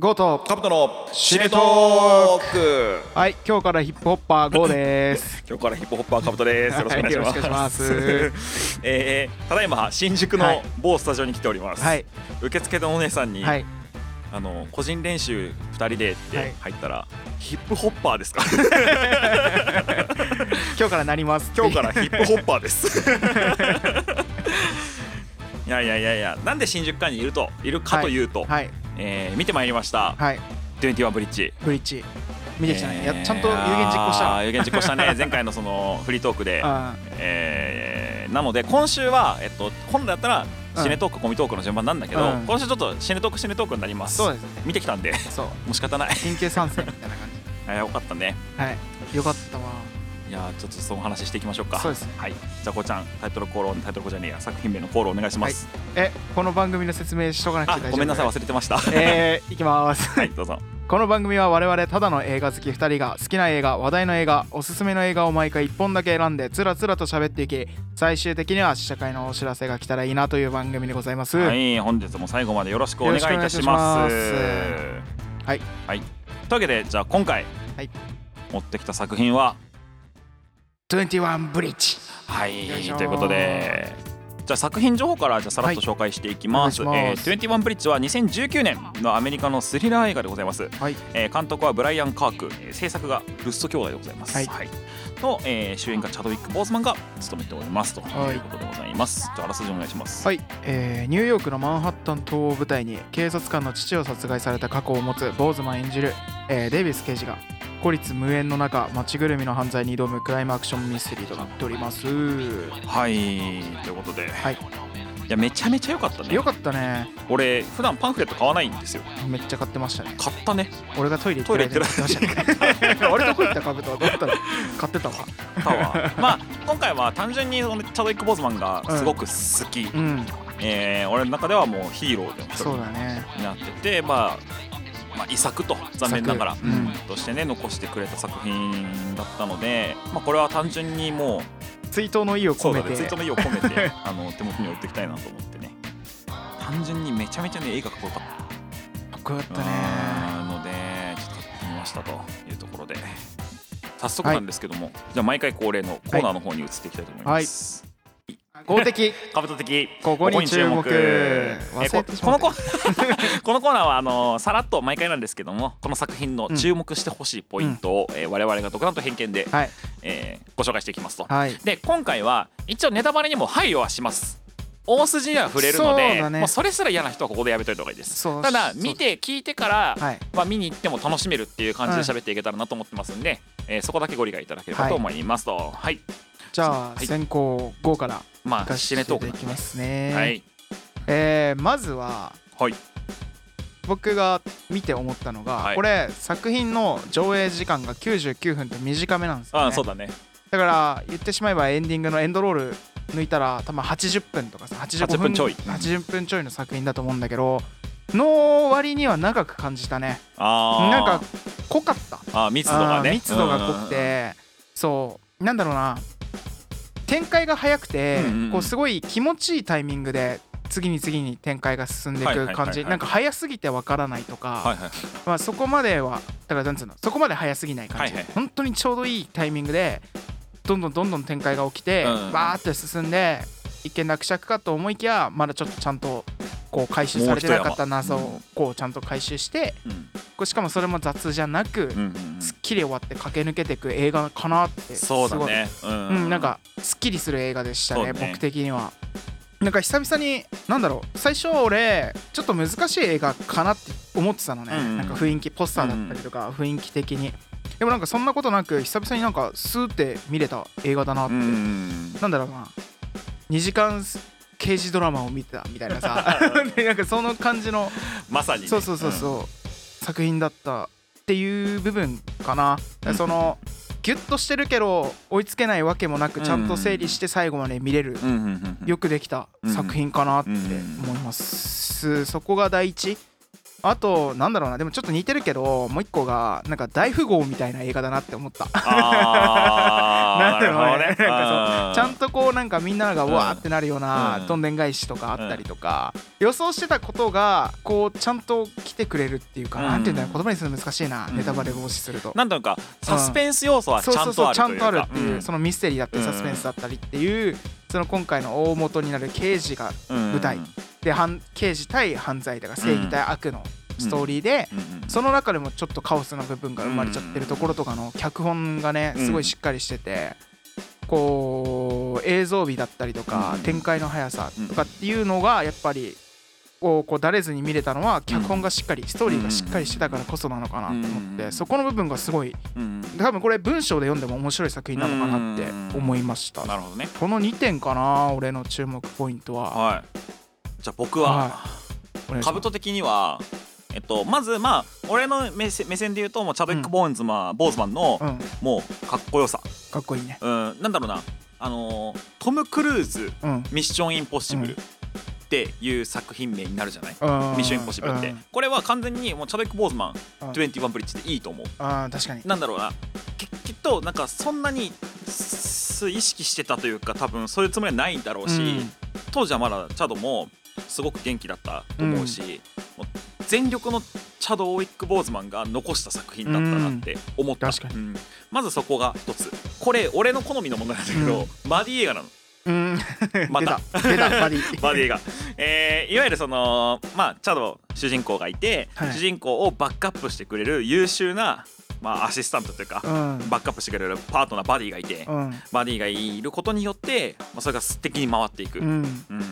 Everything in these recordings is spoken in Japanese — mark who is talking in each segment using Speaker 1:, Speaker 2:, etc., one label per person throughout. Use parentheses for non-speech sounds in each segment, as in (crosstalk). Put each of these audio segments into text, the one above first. Speaker 1: ゴート
Speaker 2: カブトのシネトーク
Speaker 1: はい今日からヒップホッパーゴー
Speaker 2: (laughs)
Speaker 1: です
Speaker 2: 今日からヒップホッパーカブトですよろしくお願いします,、
Speaker 1: はいよろしくお願いします
Speaker 2: (laughs) えーただいま新宿
Speaker 1: は
Speaker 2: の
Speaker 1: い
Speaker 2: 某スタジオに来ております、
Speaker 1: はい
Speaker 2: 受付のお姉さんに、
Speaker 1: はい
Speaker 2: あの個人練習2人でっ
Speaker 1: はい
Speaker 2: て入ったら、ヒップホッパーですか (laughs)
Speaker 1: 今日からなります
Speaker 2: 今日からヒップホッパーですいやいやいやいやなんで新宿館にいるといるかというと、
Speaker 1: (laughs) はい
Speaker 2: えー見てまいりました
Speaker 1: はい
Speaker 2: 「21ブリッジ」
Speaker 1: ブリッジ見てきたね、
Speaker 2: えー
Speaker 1: やちゃんと有言実行した
Speaker 2: あー
Speaker 1: の
Speaker 2: 有言実行したね前回のそのフリートークで
Speaker 1: あ
Speaker 2: えーなので今週は、えっと、本来だったら
Speaker 1: うん
Speaker 2: シネトーク、コミトークの順番なんだけど、
Speaker 1: うん
Speaker 2: 今週ちょっとシネトークシネトークになります
Speaker 1: そうですね
Speaker 2: 見てきたんで (laughs)
Speaker 1: ーそう
Speaker 2: もう仕方ない
Speaker 1: 緊急参戦みたいな感
Speaker 2: あよかったね
Speaker 1: じはいよかったわ
Speaker 2: いやーちょっとその話していきましょうか
Speaker 1: そうです
Speaker 2: はいじゃあこうちゃんタイトルコールをタイトルコールじゃねえや作品名のコールをお願いします、
Speaker 1: えこの番組の説明しとかなくて大丈
Speaker 2: あ
Speaker 1: 夫
Speaker 2: ごめんなさい忘れてました、
Speaker 1: えー、いきます
Speaker 2: はいどうぞ
Speaker 1: この番組は我々ただの映画好き2人が好きな映画話題の映画おすすめの映画を毎回1本だけ選んでつらつらと喋っていき最終的には試写会のお知らせが来たらいいなという番組でございます
Speaker 2: は
Speaker 1: はい、
Speaker 2: い本日も最後までよろしくお願いいたし
Speaker 1: よ
Speaker 2: ま
Speaker 1: ろし
Speaker 2: す
Speaker 1: くお願いしはい
Speaker 2: はいというわけでじゃあ今回、
Speaker 1: はい
Speaker 2: 持ってきた作品は
Speaker 1: 21ブリッジ
Speaker 2: はい
Speaker 1: よいしょー
Speaker 2: ということでじゃあ作品情報からじゃあさらっと紹介していきます,、
Speaker 1: はいお願
Speaker 2: え
Speaker 1: いします
Speaker 2: ー、21ブリッジは2019年のアメリカのスリラー映画でございます、
Speaker 1: はい
Speaker 2: えー監督はブライアン・カークえー制作がルッソ兄弟でございます、
Speaker 1: はい
Speaker 2: の、えー主演がチャドウィック・ボーズマンが務めておりますと
Speaker 1: はい
Speaker 2: いうことでございます、じゃああらすじお願いします
Speaker 1: はい、えーニューヨークのマンハッタン島を舞台に警察官の父を殺害された過去を持つボーズマン演じる、えーデイビス刑事が孤立無縁の中街ぐるみの犯罪に挑むクライムアクションミステリーとなっております
Speaker 2: はい、ということで、
Speaker 1: はい
Speaker 2: いやめちゃめちゃ良かったね
Speaker 1: よかったね
Speaker 2: 俺普段パンフレット買わないんですよ
Speaker 1: めっちゃ買ってましたね
Speaker 2: 買ったね
Speaker 1: 俺がトイレ行ってる間に買ってましたね (laughs) あれどこ行ったかぶとはどうったの買ってたわ
Speaker 2: 買ったわ
Speaker 1: (laughs)
Speaker 2: まあ今回は単純にそのチャドウィック・ボーズマンがすごく好き、
Speaker 1: うん
Speaker 2: えー俺の中ではもうヒーローで一
Speaker 1: そう
Speaker 2: 人
Speaker 1: だね
Speaker 2: になってて、まあ、まあ遺作と残念ながら、
Speaker 1: 作うん
Speaker 2: としてね残してくれた作品だったので、まあ、これは単純にもう
Speaker 1: 追悼の意を
Speaker 2: そ
Speaker 1: 込
Speaker 2: う
Speaker 1: め
Speaker 2: だね
Speaker 1: て
Speaker 2: ツイートの意を込め
Speaker 1: (laughs)
Speaker 2: てあの手元に置いていきたいなと思ってね単純にめちゃめちゃね絵がかっこよかっ
Speaker 1: かっこよかったたね
Speaker 2: なのでちょっと買ってみましたというところで早速なんですけども、じゃあ毎回恒例のコーナーの方に移っていきたいと思います。
Speaker 1: 強敵
Speaker 2: カブト的
Speaker 1: ここに注目
Speaker 2: ここに注目え
Speaker 1: 忘れてしまった
Speaker 2: ここのコーこのコー (laughs) ナーはあのさらっと毎回なんですけどもこの作品の注目してほしいポイントを、えー我々が独断と偏見で、
Speaker 1: はい
Speaker 2: えーご紹介していきますと、
Speaker 1: はい
Speaker 2: で今回は一応ネタバレにも配慮はします大筋には触れるの
Speaker 1: そう
Speaker 2: で
Speaker 1: だね
Speaker 2: もうそれすら嫌な人はここでやめといた方がいいです
Speaker 1: そう
Speaker 2: ただ
Speaker 1: そう
Speaker 2: 見て聞いてから、
Speaker 1: はい
Speaker 2: まあ、見に行っても楽しめるっていう感じで喋っていけたらなと思ってますんで、えーそこだけご理解いただければと思いますとはい、
Speaker 1: じゃあ
Speaker 2: はい
Speaker 1: 先行5から
Speaker 2: まあ
Speaker 1: 出
Speaker 2: 締
Speaker 1: して
Speaker 2: め
Speaker 1: い
Speaker 2: トークなん
Speaker 1: き
Speaker 2: で
Speaker 1: ますね
Speaker 2: はい
Speaker 1: えーまずは
Speaker 2: はい
Speaker 1: 僕が見て思ったのが
Speaker 2: はい
Speaker 1: これ作品の上映時間が99分と短めなんです
Speaker 2: あ
Speaker 1: よ
Speaker 2: あそう
Speaker 1: ね
Speaker 2: だね
Speaker 1: だから言ってしまえばエンディングのエンドロール抜いたら多分80分とかさ85
Speaker 2: 80分ちょい
Speaker 1: 80分ちょいの作品だと思うんだけどの割には長く感じたね
Speaker 2: あー
Speaker 1: なんか濃かった
Speaker 2: あー密度が
Speaker 1: あー
Speaker 2: ね
Speaker 1: 密度が濃くてそうなんだろうな展開が早くて
Speaker 2: うんうんうん
Speaker 1: こうすごい気持ちいいタイミングで次に次に展開が進んでい
Speaker 2: はいはい
Speaker 1: く
Speaker 2: はい
Speaker 1: 感じ
Speaker 2: はい
Speaker 1: なんか早すぎてわからないと
Speaker 2: うんは
Speaker 1: か
Speaker 2: いはい
Speaker 1: まあそこまではだからなんつうのそこまで早すぎない感じ
Speaker 2: はいはい
Speaker 1: 本当にちょうどいいタイミングでどんどんどんどん展開が起きて
Speaker 2: うん
Speaker 1: バーって進んで一見落着かと思いきやまだちょっとちゃんとこう回収されてなかった
Speaker 2: もう一
Speaker 1: 謎
Speaker 2: 山
Speaker 1: をこうちゃんと回収して
Speaker 2: うん
Speaker 1: こうしかもそれも雑じゃなく
Speaker 2: うんうんうん
Speaker 1: すっきり終わって駆け抜けていく映画かなって
Speaker 2: そうだねう
Speaker 1: すごい、うん、なんかすっきりする映画でしたね
Speaker 2: そうね
Speaker 1: 僕的にはなんか久々になんだろう最初俺ちょっと難しい映画かなって思ってたのね、
Speaker 2: うんうん
Speaker 1: なんか雰囲気ポスターだったりとか雰囲気的に、でもなんかそんなことなく久々になんかスーって見れた映画だなっ
Speaker 2: う
Speaker 1: て、
Speaker 2: んうんうん
Speaker 1: なんだろうな2時間刑事ドラマを見てたみたいな
Speaker 2: (laughs)
Speaker 1: さでなんかその感じの
Speaker 2: まさにね
Speaker 1: そうそうそうそう、作品だったっていう部分かな、
Speaker 2: うん
Speaker 1: そのギュッとしてるけど追いつけないわけもなく
Speaker 2: うん
Speaker 1: ちゃんと整理して最後まで見れる、
Speaker 2: うんうんうんうん
Speaker 1: よくできた作品かなって
Speaker 2: うん
Speaker 1: 思います、そこが第一あとなんだろうなでもちょっと似てるけどもう一個がなんか大富豪みたいな映画だなって思った
Speaker 2: あ
Speaker 1: (laughs) なん
Speaker 2: ー
Speaker 1: でもね
Speaker 2: なるほどね
Speaker 1: なんかそうちゃんとこうなんかみんなが
Speaker 2: うん
Speaker 1: わーってなるよう
Speaker 2: う
Speaker 1: なんどんでん返しとかあったりとか予想してたことがこうちゃんと来てくれるっていうか
Speaker 2: うん
Speaker 1: なんていうんだろう言葉にするの難しいな
Speaker 2: うん
Speaker 1: ネタバレ防止すると。
Speaker 2: なんというかサスペンス要素はち
Speaker 1: そう
Speaker 2: ゃ
Speaker 1: そうんそ
Speaker 2: と
Speaker 1: う
Speaker 2: あ
Speaker 1: ちゃ
Speaker 2: る
Speaker 1: ん
Speaker 2: という
Speaker 1: とある
Speaker 2: か
Speaker 1: っていうそのミステリーだったり
Speaker 2: うん
Speaker 1: サスペンスだったりっていうその今回の大元になる刑事が舞台で犯刑事対犯罪とか正義対悪のストーリーでその中でもちょっとカオスな部分が生まれちゃってるところとかの脚本がね
Speaker 2: うん
Speaker 1: すごいしっかりしててこう映像美だったりとか
Speaker 2: うん
Speaker 1: 展開の速さとかっていうのがやっぱりこうこうだれずに見れたのは脚本がしっかりストーリーがしっかりしてたからこそなのかなと思っ
Speaker 2: う
Speaker 1: て
Speaker 2: ん
Speaker 1: そこの部分がすごい
Speaker 2: な
Speaker 1: 多分これ文章で読んでも面白い作品なのかなって思いました
Speaker 2: るほどね
Speaker 1: この2点かな俺の注目ポイントは
Speaker 2: はいじゃあ僕は
Speaker 1: お願いし
Speaker 2: カ
Speaker 1: ま
Speaker 2: ブ
Speaker 1: す
Speaker 2: ト的にはえっとまずまあ俺の目線目線で言うともうチャベック・ボーンズマンボーズマンの
Speaker 1: うん
Speaker 2: もうかっこよさ
Speaker 1: かっこいいね
Speaker 2: うんなんだろうなあのートム・クルーズ
Speaker 1: うん
Speaker 2: ミッションインポッシブル
Speaker 1: う
Speaker 2: っていう作品名になるじゃない
Speaker 1: ミ
Speaker 2: ミッションインポッシブルってこれは完全にもうチャベック・ボーズマン
Speaker 1: うん
Speaker 2: 21ブリッジでいいと思う
Speaker 1: あー確かに
Speaker 2: なんだろうなききっとなんかそんなにす意識してたというか多分そういうつもりはないんだろうし、
Speaker 1: うん
Speaker 2: 当時はまだチャドもすごく元気だったと思うし、もう全力のチャド・ウィック・ボーズマンが残した作品だったなって思った、
Speaker 1: うん確かに
Speaker 2: うんまずそこが一つこれ俺の好みのものなんだけど、
Speaker 1: うん
Speaker 2: バディ映画なの
Speaker 1: うん
Speaker 2: ま
Speaker 1: 出
Speaker 2: た
Speaker 1: た出たバディ
Speaker 2: バディが、 (laughs) えーいわゆるそのまあチャド主人公がいて、
Speaker 1: はい
Speaker 2: 主人公をバックアップしてくれる優秀な、まあ、アシスタントというか、
Speaker 1: うん
Speaker 2: バックアップしてくれるパートナーバディがいて、
Speaker 1: うん
Speaker 2: バディがいることによって、まあ、それが素敵に回っていく、
Speaker 1: うん
Speaker 2: うん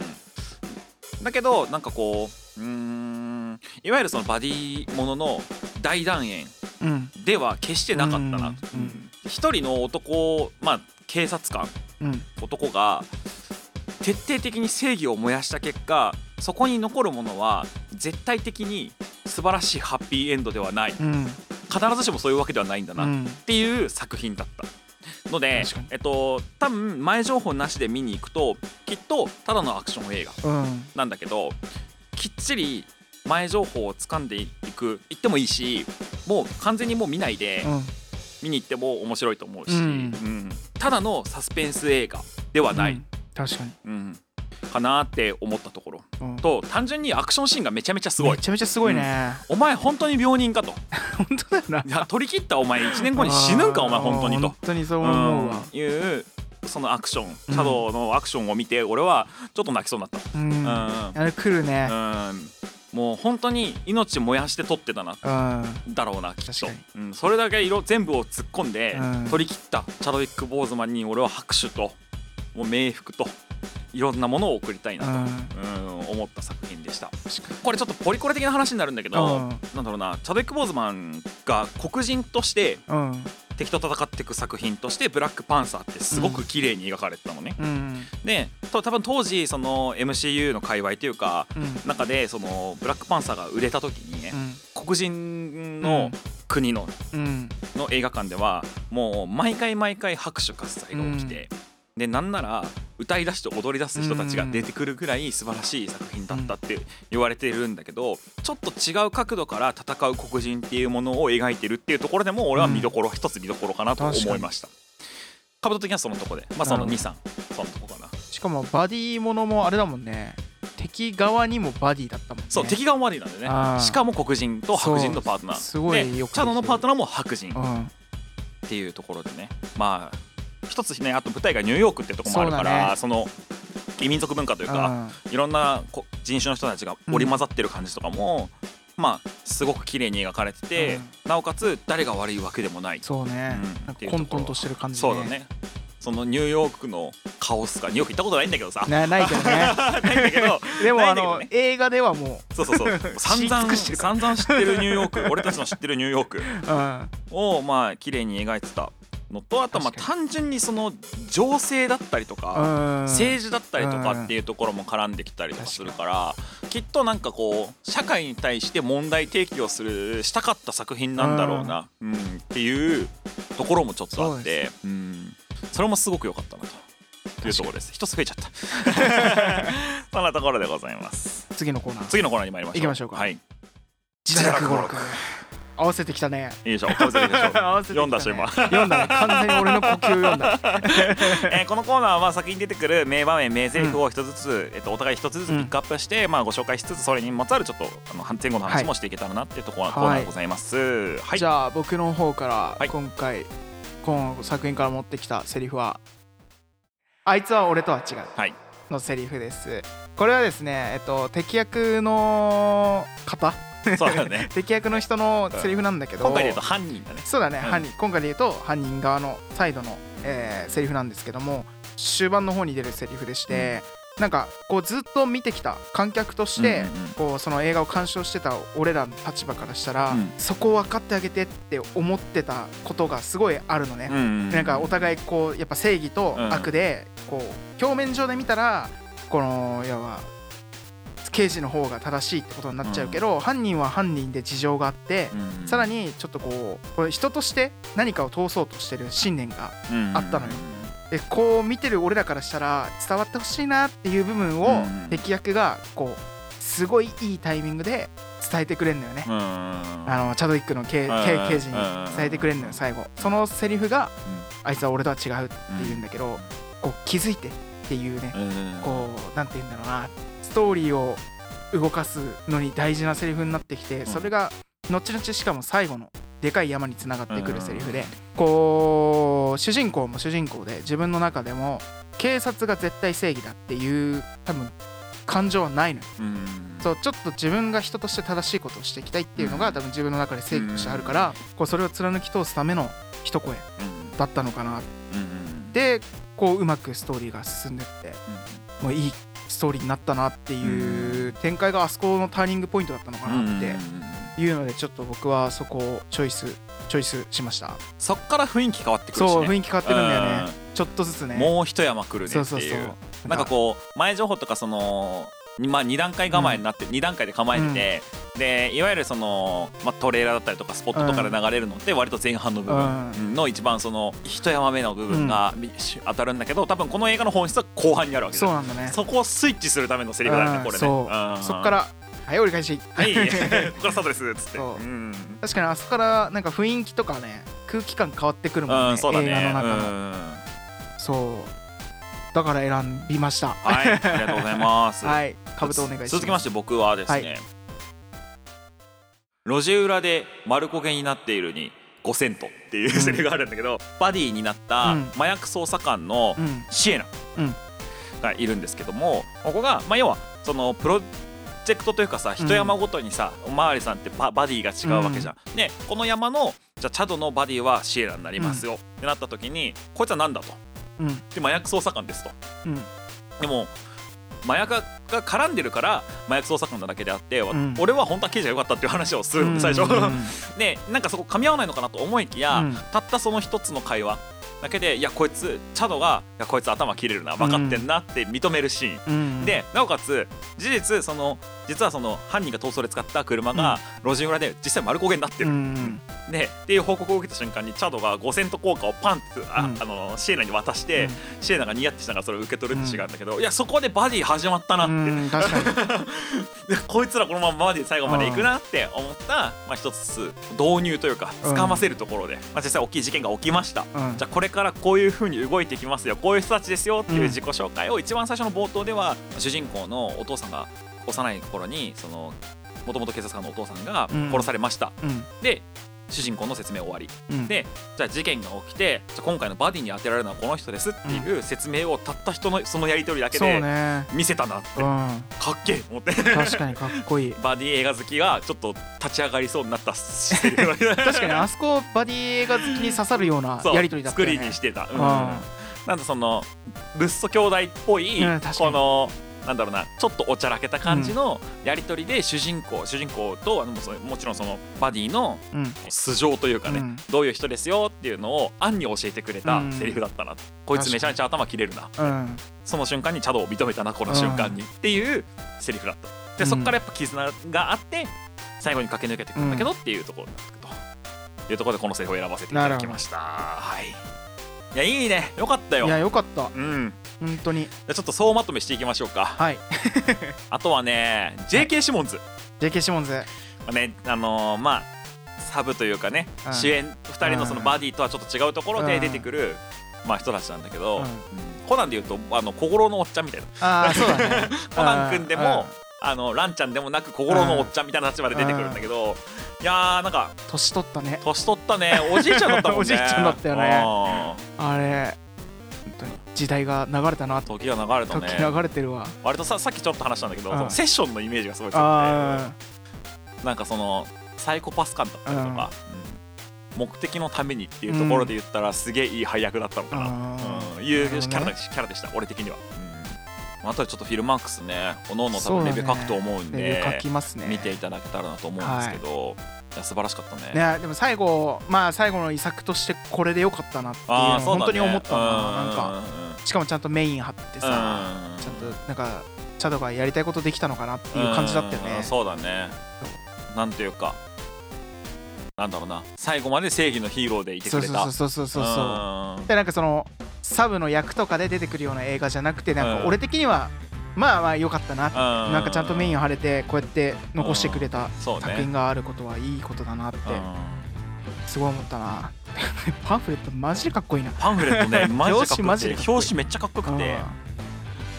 Speaker 2: だけどなんかこううーんいわゆるそのバディものの大団円
Speaker 1: うん
Speaker 2: では決してなかった
Speaker 1: う
Speaker 2: なん一、人の男まあ警察官
Speaker 1: うん
Speaker 2: 男が徹底的に正義を燃やした結果そこに残るものは絶対的に素晴らしいハッピーエンドではない
Speaker 1: うん
Speaker 2: 必ずしもそういうわけではないんだな、
Speaker 1: うん
Speaker 2: っていう作品だったので
Speaker 1: 確かに、
Speaker 2: えっと、多分前情報なしで見に行くときっとただのアクション映画
Speaker 1: うん
Speaker 2: なんだけどきっちり前情報を掴んでいく行ってもいいしもう完全にもう見ないで
Speaker 1: うん
Speaker 2: 見に行っても面白いと思う
Speaker 1: う
Speaker 2: し、
Speaker 1: ん
Speaker 2: うんただのサスペンス映画ではない、
Speaker 1: うん確かに
Speaker 2: うんかなって思ったところ
Speaker 1: うん
Speaker 2: と単純にアクションシーンがめちゃめちゃすごい
Speaker 1: め。ちゃめちゃすごいね
Speaker 2: お前本当に病人かと
Speaker 1: 本当だよない
Speaker 2: や取り切ったお前1年後に死ぬんかお前本当にと
Speaker 1: 本当にそう思うわ
Speaker 2: うんいうそのアクションシャドウのアクションを見て俺はちょっと泣きそうになった、
Speaker 1: うんあ
Speaker 2: う
Speaker 1: れ来るね
Speaker 2: んうん、もう本当に命燃やして撮ってたな
Speaker 1: うん
Speaker 2: だろうなきっと
Speaker 1: 確か、
Speaker 2: うん、それだけ色全部を突っ込んで、
Speaker 1: うん
Speaker 2: 取り切ったチャドウィック・ボーズマンに俺は拍手ともう冥福といろんなものを送りたいなと、
Speaker 1: うん
Speaker 2: うん思った作品でした
Speaker 1: 確かに
Speaker 2: これちょっとポリコレ的な話になるんだけど、
Speaker 1: うん
Speaker 2: なんだろうなチャドウィック・ボーズマンが黒人として
Speaker 1: うん
Speaker 2: 敵と戦っていく作品として「ブラックパンサー」ってすごく綺麗に描かれてたのね。
Speaker 1: うん
Speaker 2: でと多分当時その MCU の界隈というか
Speaker 1: うん
Speaker 2: 中でそのブラックパンサーが売れた時にね、
Speaker 1: うん
Speaker 2: 黒人の国の,、
Speaker 1: うん
Speaker 2: の映画館ではもう毎回毎回拍手喝采が起きて、でなんなら歌い出して踊り出す人たちが出てくるぐらい素晴らしい作品だったって言われてるんだけどちょっと違う角度から戦う黒人っていうものを描いてるっていうところでも俺は見どころ、一つ見どころかなと思いました。カブト的にはそのとこで、まあ、その
Speaker 1: なる
Speaker 2: 23そのとこかな。
Speaker 1: しかもバディものもあれだもんね敵側にもバディだったもんね
Speaker 2: そう、敵側までなんでね
Speaker 1: あー
Speaker 2: しかも黒人と白人のパートナー
Speaker 1: そうすごいよ
Speaker 2: で
Speaker 1: くできてる
Speaker 2: チャドのパートナーも白人
Speaker 1: う
Speaker 2: っ
Speaker 1: ん
Speaker 2: ていうところでねまあ一つねあと舞台がニューヨークってとこもあるか
Speaker 1: そうだ
Speaker 2: ら
Speaker 1: ね
Speaker 2: そ,、の異民族文化というか、いろんなこ人種の人たちが織り交ざってる感じとかも、まあすごく綺麗に描かれてて、なおかつ誰が悪いわけでもない
Speaker 1: そうね
Speaker 2: うん、
Speaker 1: なん
Speaker 2: って
Speaker 1: か
Speaker 2: いうところ
Speaker 1: 混沌としてる感じで
Speaker 2: そうだねそのニューヨークのカオスかニューヨーク行ったことないんだけど (laughs) さ
Speaker 1: なないけど (laughs) ね
Speaker 2: ないんだけど
Speaker 1: でも
Speaker 2: ない
Speaker 1: あ
Speaker 2: んだけど
Speaker 1: の
Speaker 2: ね
Speaker 1: 映画ではも
Speaker 2: そうそ
Speaker 1: (laughs)
Speaker 2: うそう散
Speaker 1: 知り尽
Speaker 2: 々
Speaker 1: くしてるか
Speaker 2: 散々知ってるニューヨーク俺たちの知ってるニューヨーク
Speaker 1: ううん
Speaker 2: をまあ綺麗に描いてたのとあとまあ
Speaker 1: 確
Speaker 2: 単純にその情勢だったりとか、
Speaker 1: うん
Speaker 2: 政治だったりとかっていうところも絡んできたりとかするから、きっとなんかこう社会に対して問題提起をするしたかった作品なんだろうな、うんっていうところもちょっとあってそ,、うん、それもすごく良かったなというところです一つ増えちゃ (laughs) ったそんなところでございます
Speaker 1: 次のコーナー
Speaker 2: 次のコーナーに参りましょ
Speaker 1: 行
Speaker 2: う
Speaker 1: きましょうか
Speaker 2: はい
Speaker 1: 自堕落語録合わせてきたね
Speaker 2: いいでしょ完全にいいでし (laughs) ょ
Speaker 1: 合わせてきたね
Speaker 2: 読んだし今
Speaker 1: 読んだね完全に俺の呼吸読んだ
Speaker 2: えーこのコーナーは先に出てくる名場面名台詞を一つずつ、えっとお互い一つずつピックアップして、まあ、ご紹介しつつそれにまつわるちょっとあの前後の話もしていけたらなっていうところはコーナーでございます。はい、
Speaker 1: じゃあ僕の方か
Speaker 2: は
Speaker 1: ら
Speaker 2: い
Speaker 1: 今回この作品から持ってきたセリフは「あいつは俺とは違う」
Speaker 2: はい
Speaker 1: のセリフですこれはですねえっと敵役の方
Speaker 2: そうだね
Speaker 1: 敵役の人のセリフなんだけど
Speaker 2: 今回で言うと犯人だね。
Speaker 1: そうだね、
Speaker 2: ん
Speaker 1: 犯人今回で言うと犯人側のサイドの、えーセリフなんですけども終盤の方に出るセリフでして、なんかこうずっと見てきた観客として、
Speaker 2: うんうんうん
Speaker 1: こうその映画を鑑賞してた俺らの立場からしたら、
Speaker 2: うん
Speaker 1: そこを分かってあげてって思ってたことがすごいあるのね、
Speaker 2: うん
Speaker 1: なんかお互いこうやっぱ正義と悪で、こう表面上で見たらこの要は刑事の方が正しいってことになっちゃうけど、犯人は犯人で事情があって、さら
Speaker 2: に
Speaker 1: にちょっとこうこれ人として何かを通そうとしてる信念があったのよでこう見てる俺らからしたら伝わってほしいなっていう部分
Speaker 2: うんう
Speaker 1: を
Speaker 2: ん
Speaker 1: 敵役がこうすごいいいタイミングで伝えてくれるのよね
Speaker 2: うんうん
Speaker 1: あのチャドウィックの刑
Speaker 2: うん
Speaker 1: 刑刑事に
Speaker 2: うん
Speaker 1: 伝えてくれるのよ最後そのセリフが「あいつは俺とは違う」って言うんだけどこう気づいてっていうね
Speaker 2: うんうん
Speaker 1: こうなんて言うんだろうなストーリーを動かすのに大事なセリフになってきて、
Speaker 2: ん
Speaker 1: それが後々しかも最後のでかい山につながってくるセリフで、
Speaker 2: うん
Speaker 1: こう主人公も主人公で自分の中でも警察が絶対正義だっていう多分感情はないのよ
Speaker 2: うん
Speaker 1: そうちょっと自分が人として正しいことをしていきたいっていうのが、
Speaker 2: うん
Speaker 1: 多分自分の中で正義としてあるから、こうそれを貫き通すための一声だったのかなっ
Speaker 2: うんうん
Speaker 1: てこううまくストーリーが進んでってもういいストーリーになったなっていう展開があそこのターニングポイントだったのか
Speaker 2: うんうん
Speaker 1: なっていうのでちょっと僕はそこをチョイスチョイスしました
Speaker 2: そっから雰囲気変わってくるしね
Speaker 1: そう雰囲気変わってるんだよねちょっとずつね
Speaker 2: もう一山来るね
Speaker 1: そう
Speaker 2: って
Speaker 1: そうそ
Speaker 2: いううなんかこう前情報とかその、まあ、2段階構えになって、二段階で構えてて、でいわゆるその、まあ、トレーラーだったりとかスポットとかで流れるのって割と前半の部分の一番その一山目の部分がし当たるんだけど多分この映画の本質は後半にあるわけ
Speaker 1: そう
Speaker 2: だ
Speaker 1: なんだね
Speaker 2: そこをスイッチするためのセリフだよ
Speaker 1: う
Speaker 2: ね
Speaker 1: ん
Speaker 2: これね。
Speaker 1: そう
Speaker 2: うん
Speaker 1: そっからはい折り返し
Speaker 2: はい
Speaker 1: (laughs)
Speaker 2: ここからスタートですっつって。
Speaker 1: そう
Speaker 2: うん
Speaker 1: 確かにあそこからなんか雰囲気とかね空気感変わってくるもん
Speaker 2: う
Speaker 1: ね
Speaker 2: ん、そうだね。
Speaker 1: 映画の中
Speaker 2: う
Speaker 1: の
Speaker 2: ん
Speaker 1: そうだから選びました
Speaker 2: はい、ありがとうございま
Speaker 1: (laughs)
Speaker 2: す。
Speaker 1: はいかぶとお願いします
Speaker 2: 続きまして僕はですね、路地裏で丸焦げになっているに5セントっていうセリフがあるんだけど、バディになった
Speaker 1: うん
Speaker 2: 麻薬捜査官の
Speaker 1: うん
Speaker 2: シエナ
Speaker 1: うん
Speaker 2: がいるんですけどもここが、まあ、要はそのプロジェクトというかさ一山ごとにさ、おまわりさんってババディが違うわけじゃん。でこの山のじゃあチャドのバディはシエナになりますよ、ってなった時にこいつは何だと
Speaker 1: うん
Speaker 2: で麻薬捜査官ですと。
Speaker 1: うん
Speaker 2: でも麻薬が絡んでるから麻薬捜査官なだけであって、わ
Speaker 1: うん
Speaker 2: 俺は本当は刑事が良かったっていう話をするの最初、
Speaker 1: うんうん
Speaker 2: (laughs) でなんかそこ噛み合わないのかなと思いきや、
Speaker 1: うん
Speaker 2: たったその一つの会話だけでいやこいつチャドがいやこいつ頭切れるな分かってんなって認めるシーン、
Speaker 1: うん
Speaker 2: (laughs) でなおかつ事実その実はその犯人が逃走で使った車が路地裏で実際丸焦げになって
Speaker 1: う
Speaker 2: る、
Speaker 1: ん
Speaker 2: でっていう報告を受けた瞬間にチャドが5セント硬貨をパンってあ、
Speaker 1: うん
Speaker 2: あのシエナに渡して、
Speaker 1: うん
Speaker 2: シエナがニヤってしながらそれを受け取るって違うんだけど、いやそこでバディ始まったなって、 (laughs)
Speaker 1: うん確かに
Speaker 2: でこいつらこのままバディ最後まで行くなって思った、まあ、一つ導入というか
Speaker 1: うん
Speaker 2: 掴ませるところで、まあ、実際大きい事件が起きました。
Speaker 1: うん
Speaker 2: (laughs) じゃあこれからこういうふうに動いていきますよこういう人たちですよっていう
Speaker 1: うん
Speaker 2: 自己紹介を一番最初の冒頭では主人公のお父さんが幼い頃にそのもともと警察官のお父さんが殺されました、
Speaker 1: うん
Speaker 2: で主人公の説明終わり
Speaker 1: うん
Speaker 2: でじゃあ事件が起きてじゃあ今回のバディに当てられるのはこの人ですっていう説明をたった人のそのやり取りだけ
Speaker 1: そう
Speaker 2: で
Speaker 1: ね
Speaker 2: 見せたなって、
Speaker 1: う
Speaker 2: か
Speaker 1: ん
Speaker 2: っけえと思って
Speaker 1: 確かにかっこ
Speaker 2: (laughs)
Speaker 1: いい
Speaker 2: バディ映画好きがちょっと立ち上がりそうになったし確
Speaker 1: 確かにあそこバディ映画好きに刺さるような
Speaker 2: そう
Speaker 1: やりとりだったよ
Speaker 2: 作
Speaker 1: ね
Speaker 2: りにしてた、うん
Speaker 1: うん
Speaker 2: なんでそのルッソ兄弟っぽい、
Speaker 1: うん確かに
Speaker 2: このなんだろうなちょっとおちゃらけた感じのやり取りで主人公、主人公とあのもうそもちろんそのバディの
Speaker 1: うん
Speaker 2: 素性というかね、
Speaker 1: うん
Speaker 2: どういう人ですよっていうのを暗に教えてくれた
Speaker 1: うん
Speaker 2: セリフだったな、こいつめちゃめちゃ頭切れるな
Speaker 1: うん
Speaker 2: その瞬間にチャドを認めたなこの瞬間に、っていうセリフだったでそこからやっぱ絆があって最後に駆け抜けてくるんだけどっていうところになってくというところでこのセリフを選ばせていただきましたはいいやいいねよかったよ
Speaker 1: いやよかった
Speaker 2: うん、
Speaker 1: 本当に
Speaker 2: じゃあちょっと総まとめしていきましょうか
Speaker 1: はい
Speaker 2: あとはね JK シモンズ、
Speaker 1: JK シモンズ
Speaker 2: ねあのーまあサブというかね、
Speaker 1: うん
Speaker 2: 主演2人のその
Speaker 1: うん
Speaker 2: バディとはちょっと違うところ
Speaker 1: う
Speaker 2: で
Speaker 1: ん
Speaker 2: 出てくる、まあ人たちなんだけど、
Speaker 1: うん
Speaker 2: うんコナンでいうとあの小五郎のおっちゃんみたいな
Speaker 1: ああそうだね (laughs)
Speaker 2: コナン君でも、あのランちゃんでもなく小五郎のおっちゃんみたいな立場で出てくるんだけど、いやーなんか
Speaker 1: 年取ったね
Speaker 2: 年取ったねおじいちゃんだったもん
Speaker 1: (laughs)
Speaker 2: ね
Speaker 1: おじいちゃんだったよね
Speaker 2: うん
Speaker 1: あれ本当に時代が流れたなと
Speaker 2: 時が流れた
Speaker 1: 時
Speaker 2: ね
Speaker 1: 流れてるわ
Speaker 2: 割とささっきちょっと話したんだけど、
Speaker 1: うん
Speaker 2: そのセッションのイメージがすごい強く
Speaker 1: あ
Speaker 2: てなんかそのサイコパス感だったりとか、うん目的のためにっていうところで言ったら、すげえいい配役だったのかな、
Speaker 1: あ
Speaker 2: うんいう
Speaker 1: なる
Speaker 2: キ
Speaker 1: ほどね
Speaker 2: ャラだキャラでした俺的には、うんあとはちょっとフィルマークスねおのおの多分レベル書くと思うんで、
Speaker 1: レビュー書きますね
Speaker 2: 見ていただけたらなと思うんですけど、いや素晴らしかったね
Speaker 1: ね、でも最後まあ最後の遺作としてこれでよかったなっていうの
Speaker 2: あ
Speaker 1: を
Speaker 2: ーそう
Speaker 1: 本
Speaker 2: だ
Speaker 1: 当
Speaker 2: ね
Speaker 1: に思ったななん
Speaker 2: う
Speaker 1: か
Speaker 2: んうんうん
Speaker 1: しかもちゃんとメイン張ってさ
Speaker 2: うん
Speaker 1: ちゃんとなんかチャドがやりたいことできたのかなっていう感じだったよ
Speaker 2: うん
Speaker 1: ね
Speaker 2: そうだねなんていうかなんだろうな最後まで正義のヒーローでいて
Speaker 1: そ
Speaker 2: く
Speaker 1: う
Speaker 2: れた
Speaker 1: そうそうそうそうそう
Speaker 2: うん
Speaker 1: でなんかそのサブの役とかで出てくるような映画じゃなくてなん
Speaker 2: う
Speaker 1: か
Speaker 2: ん
Speaker 1: 俺的にはまあまあ良かったなって
Speaker 2: う
Speaker 1: なんかちゃんとメインを張れてこうやって残してくれた
Speaker 2: そう
Speaker 1: 作
Speaker 2: ね
Speaker 1: 品があることはいいことだなって
Speaker 2: うん
Speaker 1: すごい思ったな (laughs) パンフレットマジでかっこいいな
Speaker 2: パンフレットねマジでか
Speaker 1: 表
Speaker 2: っこ
Speaker 1: 紙
Speaker 2: よ
Speaker 1: マ
Speaker 2: く
Speaker 1: ジで
Speaker 2: て
Speaker 1: かっこいい
Speaker 2: 表紙めっちゃかっこよ
Speaker 1: う
Speaker 2: く
Speaker 1: ん
Speaker 2: て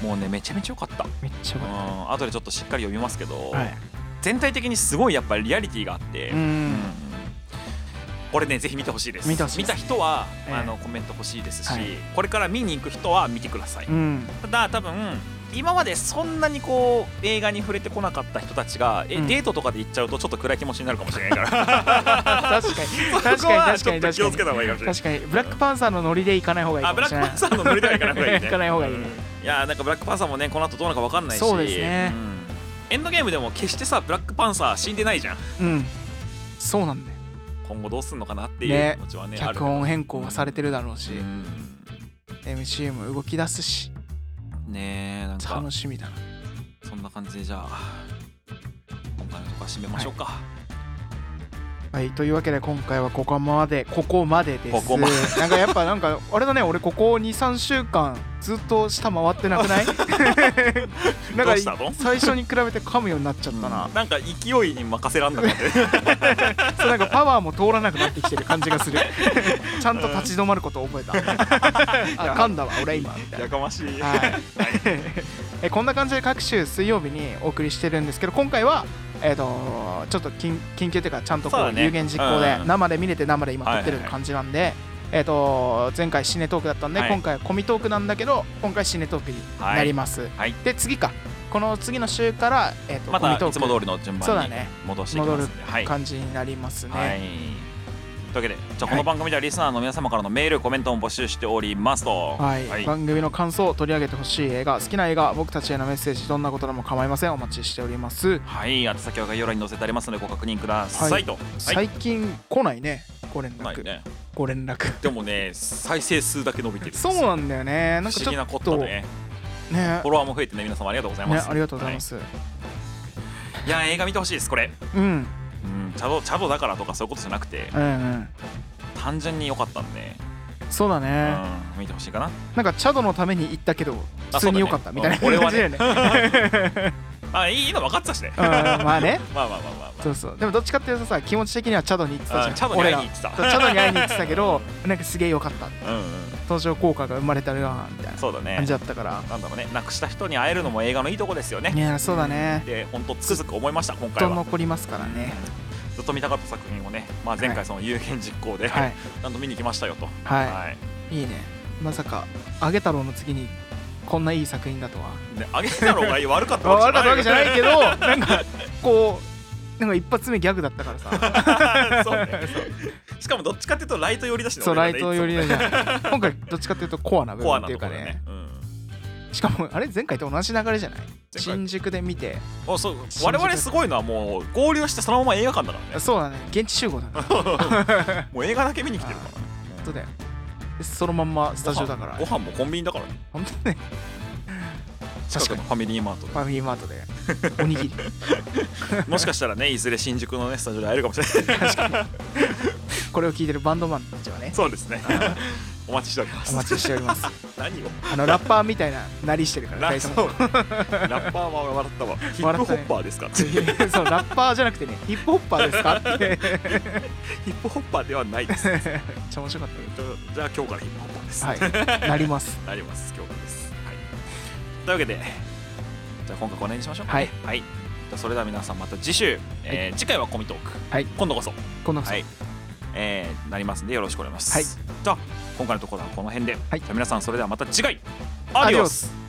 Speaker 2: もうねめちゃめちゃ良かった
Speaker 1: めっちゃよ
Speaker 2: う
Speaker 1: かっ
Speaker 2: ん後でちょっとしっかり読みますけど
Speaker 1: たはい
Speaker 2: 全体的にすごいやっぱりリアリティがあって
Speaker 1: う
Speaker 2: うん
Speaker 1: ん
Speaker 2: これねぜひ見てほしいです
Speaker 1: 見てほしいです
Speaker 2: た人は
Speaker 1: ええ
Speaker 2: あのコメント欲しいですし
Speaker 1: はい
Speaker 2: これから見に行く人は見てください
Speaker 1: うん
Speaker 2: ただ多分今までそんなにこう映画に触れてこなかった人たちが、え
Speaker 1: うん
Speaker 2: デートとかで行っちゃうとちょっと暗い気持ちになるかもしれないから
Speaker 1: 確かに (laughs) 確
Speaker 2: (laughs) そこ
Speaker 1: か
Speaker 2: は
Speaker 1: に確
Speaker 2: ち
Speaker 1: か
Speaker 2: ょっ
Speaker 1: に
Speaker 2: と気をつ
Speaker 1: 確か
Speaker 2: けた方がいいかも
Speaker 1: に
Speaker 2: しれない
Speaker 1: 確かにブラックパンサーのノリで行かない方がいい
Speaker 2: あ
Speaker 1: か
Speaker 2: ブ
Speaker 1: も
Speaker 2: ラ
Speaker 1: し
Speaker 2: ッ
Speaker 1: れな
Speaker 2: ク
Speaker 1: い
Speaker 2: パンサーのノリではいかない方がいいね
Speaker 1: 行かない方がいいね
Speaker 2: うんいやーなんかブラックパンサーもねこの後どうなるか分かんないし
Speaker 1: そうですね
Speaker 2: うんエンドゲームでも決してさブラックパンサー死んでないじゃん
Speaker 1: うんそうなんだよ
Speaker 2: 今後どうすんのかなってい
Speaker 1: ね
Speaker 2: う気持ちはねある
Speaker 1: 脚本変更はされてるだろうし
Speaker 2: うん
Speaker 1: MC も動き出すし
Speaker 2: ねえなんか
Speaker 1: 楽しみだな
Speaker 2: そんな感じでじゃあ今回のとこは締めましょうか、
Speaker 1: はいというわけで今回はここまでここまでです
Speaker 2: ここまで
Speaker 1: なんかやっぱなんかあれだね俺ここ23週間ずっと下回ってなく
Speaker 2: (laughs)
Speaker 1: ないなん
Speaker 2: ど
Speaker 1: か
Speaker 2: うしたの
Speaker 1: 最初に比べて噛むようになっちゃったな、
Speaker 2: なんか勢いに任せらんなかったね
Speaker 1: そうなんかパワーも通らなくなってきてる感じが
Speaker 2: (laughs)
Speaker 1: するちゃんと立ち止まることを覚えたあ噛んだわ俺今みたいな
Speaker 2: やかましい。
Speaker 1: はいえこんな感じで各週水曜日にお送りしてるんですけど今回は、えー、とちょっと緊緊急というかちゃんとこ
Speaker 2: そう
Speaker 1: う
Speaker 2: だね
Speaker 1: 有言実行で
Speaker 2: うん
Speaker 1: 生で見れて生で今撮ってる
Speaker 2: はいはいはい
Speaker 1: 感じなんで、えー、と前回シネトークだったんで、
Speaker 2: はい
Speaker 1: 今回はコミトークなんだけど今回シネトークになります、
Speaker 2: はい
Speaker 1: で次かこの次の週から、えー、と
Speaker 2: ま
Speaker 1: コ
Speaker 2: た
Speaker 1: ミト
Speaker 2: いつも
Speaker 1: ー
Speaker 2: 通りの順
Speaker 1: そうだ
Speaker 2: 番に
Speaker 1: ね
Speaker 2: 戻していきますんで。は
Speaker 1: ク
Speaker 2: い。
Speaker 1: 感じになりますね、
Speaker 2: はい。というわけで、じゃ
Speaker 1: はい
Speaker 2: あこの番組ではリスナーの皆様からのメール、コメントも募集しておりますと。
Speaker 1: はい、
Speaker 2: はい。
Speaker 1: 番組の感想を取り上げてほしい映画好きな映画僕たちへのメッセージどんなことでも構いませんお待ちしております、
Speaker 2: はい。宛先は概要欄に載せてありますのでご確認くださ
Speaker 1: はい
Speaker 2: いと。はい。
Speaker 1: 最近来ないねご連
Speaker 2: ない
Speaker 1: 絡、
Speaker 2: ね。
Speaker 1: ご連絡
Speaker 2: でもね、再生数だけ伸びてるんです
Speaker 1: そうなんだよねなんか
Speaker 2: 不
Speaker 1: ち
Speaker 2: 思議
Speaker 1: ょ
Speaker 2: な
Speaker 1: っ
Speaker 2: ことと
Speaker 1: ね
Speaker 2: ね。フォロワーも増えてね、皆様ありがとうござい
Speaker 1: ね
Speaker 2: ます。。
Speaker 1: ありがとうございますす、
Speaker 2: いや、映画見てほしいです、これ。
Speaker 1: うん
Speaker 2: うん。チャド、チャドだからとかそういうことじゃなくて、
Speaker 1: うんうん
Speaker 2: 単純に良かったんで、
Speaker 1: そうだ
Speaker 2: う
Speaker 1: ね、
Speaker 2: ん。見てほしいかな。
Speaker 1: なんかチャドのために行ったけど普
Speaker 2: あ
Speaker 1: 通に良かったみたいな
Speaker 2: そうだねうん
Speaker 1: 感じだよね
Speaker 2: (laughs) あ、いいの分かってたしね。 (laughs)
Speaker 1: うんまあね
Speaker 2: まあまあまあまあ、ま
Speaker 1: そうそうでもどっちかっていうとさ気持ち的にはチャドに行ってた
Speaker 2: あ
Speaker 1: じ
Speaker 2: う
Speaker 1: ゃ
Speaker 2: ん
Speaker 1: ん
Speaker 2: チャドに
Speaker 1: 俺
Speaker 2: 会い
Speaker 1: ら
Speaker 2: に行ってた
Speaker 1: そうチャドに会いに行ってたけどなんかすげえ良かった
Speaker 2: うんうん
Speaker 1: 登場効果が生まれたなみたいな
Speaker 2: そうだね
Speaker 1: 感じだったから、
Speaker 2: なんだろうねなくした人に会えるのも映画のいいとこですよね
Speaker 1: いやそうだね
Speaker 2: で本当つくづく思いました今
Speaker 1: ずっ
Speaker 2: 回
Speaker 1: と
Speaker 2: は
Speaker 1: 残りますからね
Speaker 2: ずっと見たかった作品をね、まあ、前回その有言実行で、
Speaker 1: はい
Speaker 2: ちゃんと見に来ましたよと
Speaker 1: は
Speaker 2: はい
Speaker 1: いいいねまさか「あげ太郎」の次にこんないい作品だとは
Speaker 2: であげたの
Speaker 1: (laughs)
Speaker 2: が悪かった
Speaker 1: 悪かったわけじゃないいけ
Speaker 2: (laughs)
Speaker 1: どなんかこうなんか一発目ギャグだったからさ
Speaker 2: (laughs) そうねしかもどっちかっていうとライト寄りだしね
Speaker 1: そうラ
Speaker 2: 俺
Speaker 1: イ
Speaker 2: らね
Speaker 1: ト寄り
Speaker 2: い
Speaker 1: の
Speaker 2: つ
Speaker 1: じ
Speaker 2: もね
Speaker 1: ゃん今回どっちかっていうとコアな部
Speaker 2: コ
Speaker 1: 分
Speaker 2: ア
Speaker 1: っ
Speaker 2: な
Speaker 1: てい
Speaker 2: と
Speaker 1: う
Speaker 2: こ
Speaker 1: か
Speaker 2: ろだね
Speaker 1: ね
Speaker 2: うん
Speaker 1: しかもあれ前回と同じ流れじゃない新宿で見て
Speaker 2: おそう我々すごいのはもう合流してそのまま映画館だからね
Speaker 1: (laughs) そうだね現地集合だね
Speaker 2: (laughs) もう映画だけ見に来てる
Speaker 1: (laughs)
Speaker 2: から
Speaker 1: そうだよでそのまんまスタジオだから
Speaker 2: ご飯もコンビニだからね
Speaker 1: 本当ね
Speaker 2: 近くのファミリーマートで
Speaker 1: ファミリーマートで
Speaker 2: (laughs)
Speaker 1: おにぎり
Speaker 2: もしかしたらねいずれ新宿のねスタ
Speaker 1: (laughs)
Speaker 2: ジオで会えるかもしれない
Speaker 1: これを聞いてるバンドマンたちはね
Speaker 2: そうですねお待ちしております
Speaker 1: お待ちしております
Speaker 2: (laughs) 何を
Speaker 1: あのラッパーみたいななりしてるから
Speaker 2: ラ
Speaker 1: 大
Speaker 2: そ
Speaker 1: 体
Speaker 2: うラッパーは笑ったわヒップホッパーです
Speaker 1: (laughs)
Speaker 2: かって
Speaker 1: そうラッパーじゃなくてねヒップホッパーですかって (laughs)
Speaker 2: ヒップホッパーではないです
Speaker 1: めっちゃ面白かったよ
Speaker 2: じゃあ今日からヒップホッパーです、
Speaker 1: はい
Speaker 2: (laughs)
Speaker 1: なります
Speaker 2: なります今日からです、はい、というわけでじゃあ今回この辺にしましょうか
Speaker 1: はい、
Speaker 2: はい、じゃあそれでは皆さんまた次週、えー次回はコミトーク、
Speaker 1: はい
Speaker 2: 今度こそ
Speaker 1: こんな感
Speaker 2: は
Speaker 1: じ
Speaker 2: い、えーなりますんでよろしくお願いします、
Speaker 1: はい
Speaker 2: じゃあ今回のところはこの辺で、
Speaker 1: はい
Speaker 2: じゃあ皆さんそれではまた次回
Speaker 1: ア
Speaker 2: ア
Speaker 1: デ
Speaker 2: デ
Speaker 1: ィ
Speaker 2: ィ
Speaker 1: オ
Speaker 2: オ
Speaker 1: ス
Speaker 2: ス